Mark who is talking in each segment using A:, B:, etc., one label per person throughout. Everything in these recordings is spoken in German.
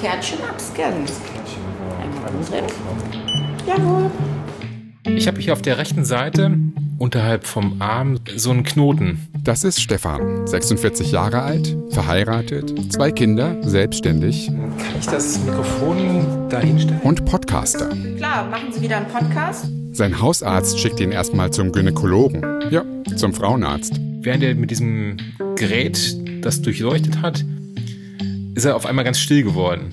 A: Kärtchen abscannen. Einmal umdrehen.
B: Ich habe hier auf der rechten Seite unterhalb vom Arm so einen Knoten.
C: Das ist Stefan, 46 Jahre alt, verheiratet, zwei Kinder, selbstständig
B: Kann ich das Mikrofon da hinstellen?
C: und Podcaster.
A: Klar, machen Sie wieder einen Podcast?
C: Sein Hausarzt schickt ihn erstmal zum Gynäkologen. Ja, zum Frauenarzt.
B: Während er mit diesem Gerät das durchleuchtet hat, ist er auf einmal ganz still geworden.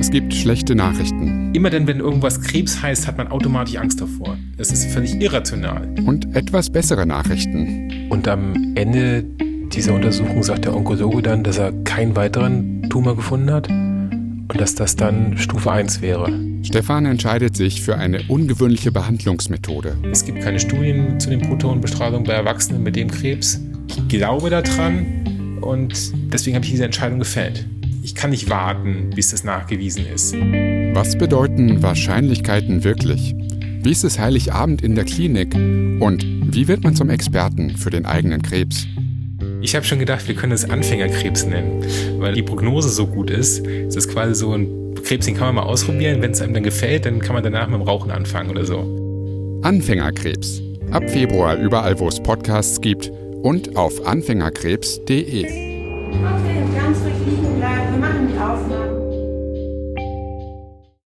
C: Es gibt schlechte Nachrichten
B: Immer denn, wenn irgendwas Krebs heißt, hat man automatisch Angst davor. Es ist völlig irrational.
C: und etwas bessere Nachrichten.
D: Und am Ende dieser Untersuchung sagt der Onkologe dann, dass er keinen weiteren Tumor gefunden hat und dass das dann Stufe 1 wäre.
C: Stefan entscheidet sich für eine ungewöhnliche Behandlungsmethode.
B: Es gibt keine Studien zu den Protonenbestrahlungen bei Erwachsenen mit dem Krebs. Ich glaube daran und deswegen habe ich diese Entscheidung gefällt. Ich kann nicht warten, bis das nachgewiesen ist.
C: Was bedeuten Wahrscheinlichkeiten wirklich? Wie ist es Heiligabend in der Klinik? Und wie wird man zum Experten für den eigenen Krebs?
B: Ich habe schon gedacht, wir können es Anfängerkrebs nennen, weil die Prognose so gut ist. Es ist quasi so ein Krebs, den kann man mal ausprobieren. Wenn es einem dann gefällt, dann kann man danach mit dem Rauchen anfangen oder so.
C: Anfängerkrebs. Ab Februar überall, wo es Podcasts gibt und auf anfängerkrebs.de.
E: Okay, ganz ruhig liegen bleiben. Wir machen die Aufnahme.